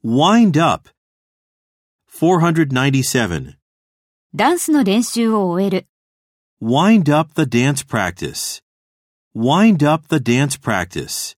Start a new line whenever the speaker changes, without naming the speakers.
Wind up. 497.
ダンスの練習を終える。
Wind up the dance practice. Wind up the dance practice.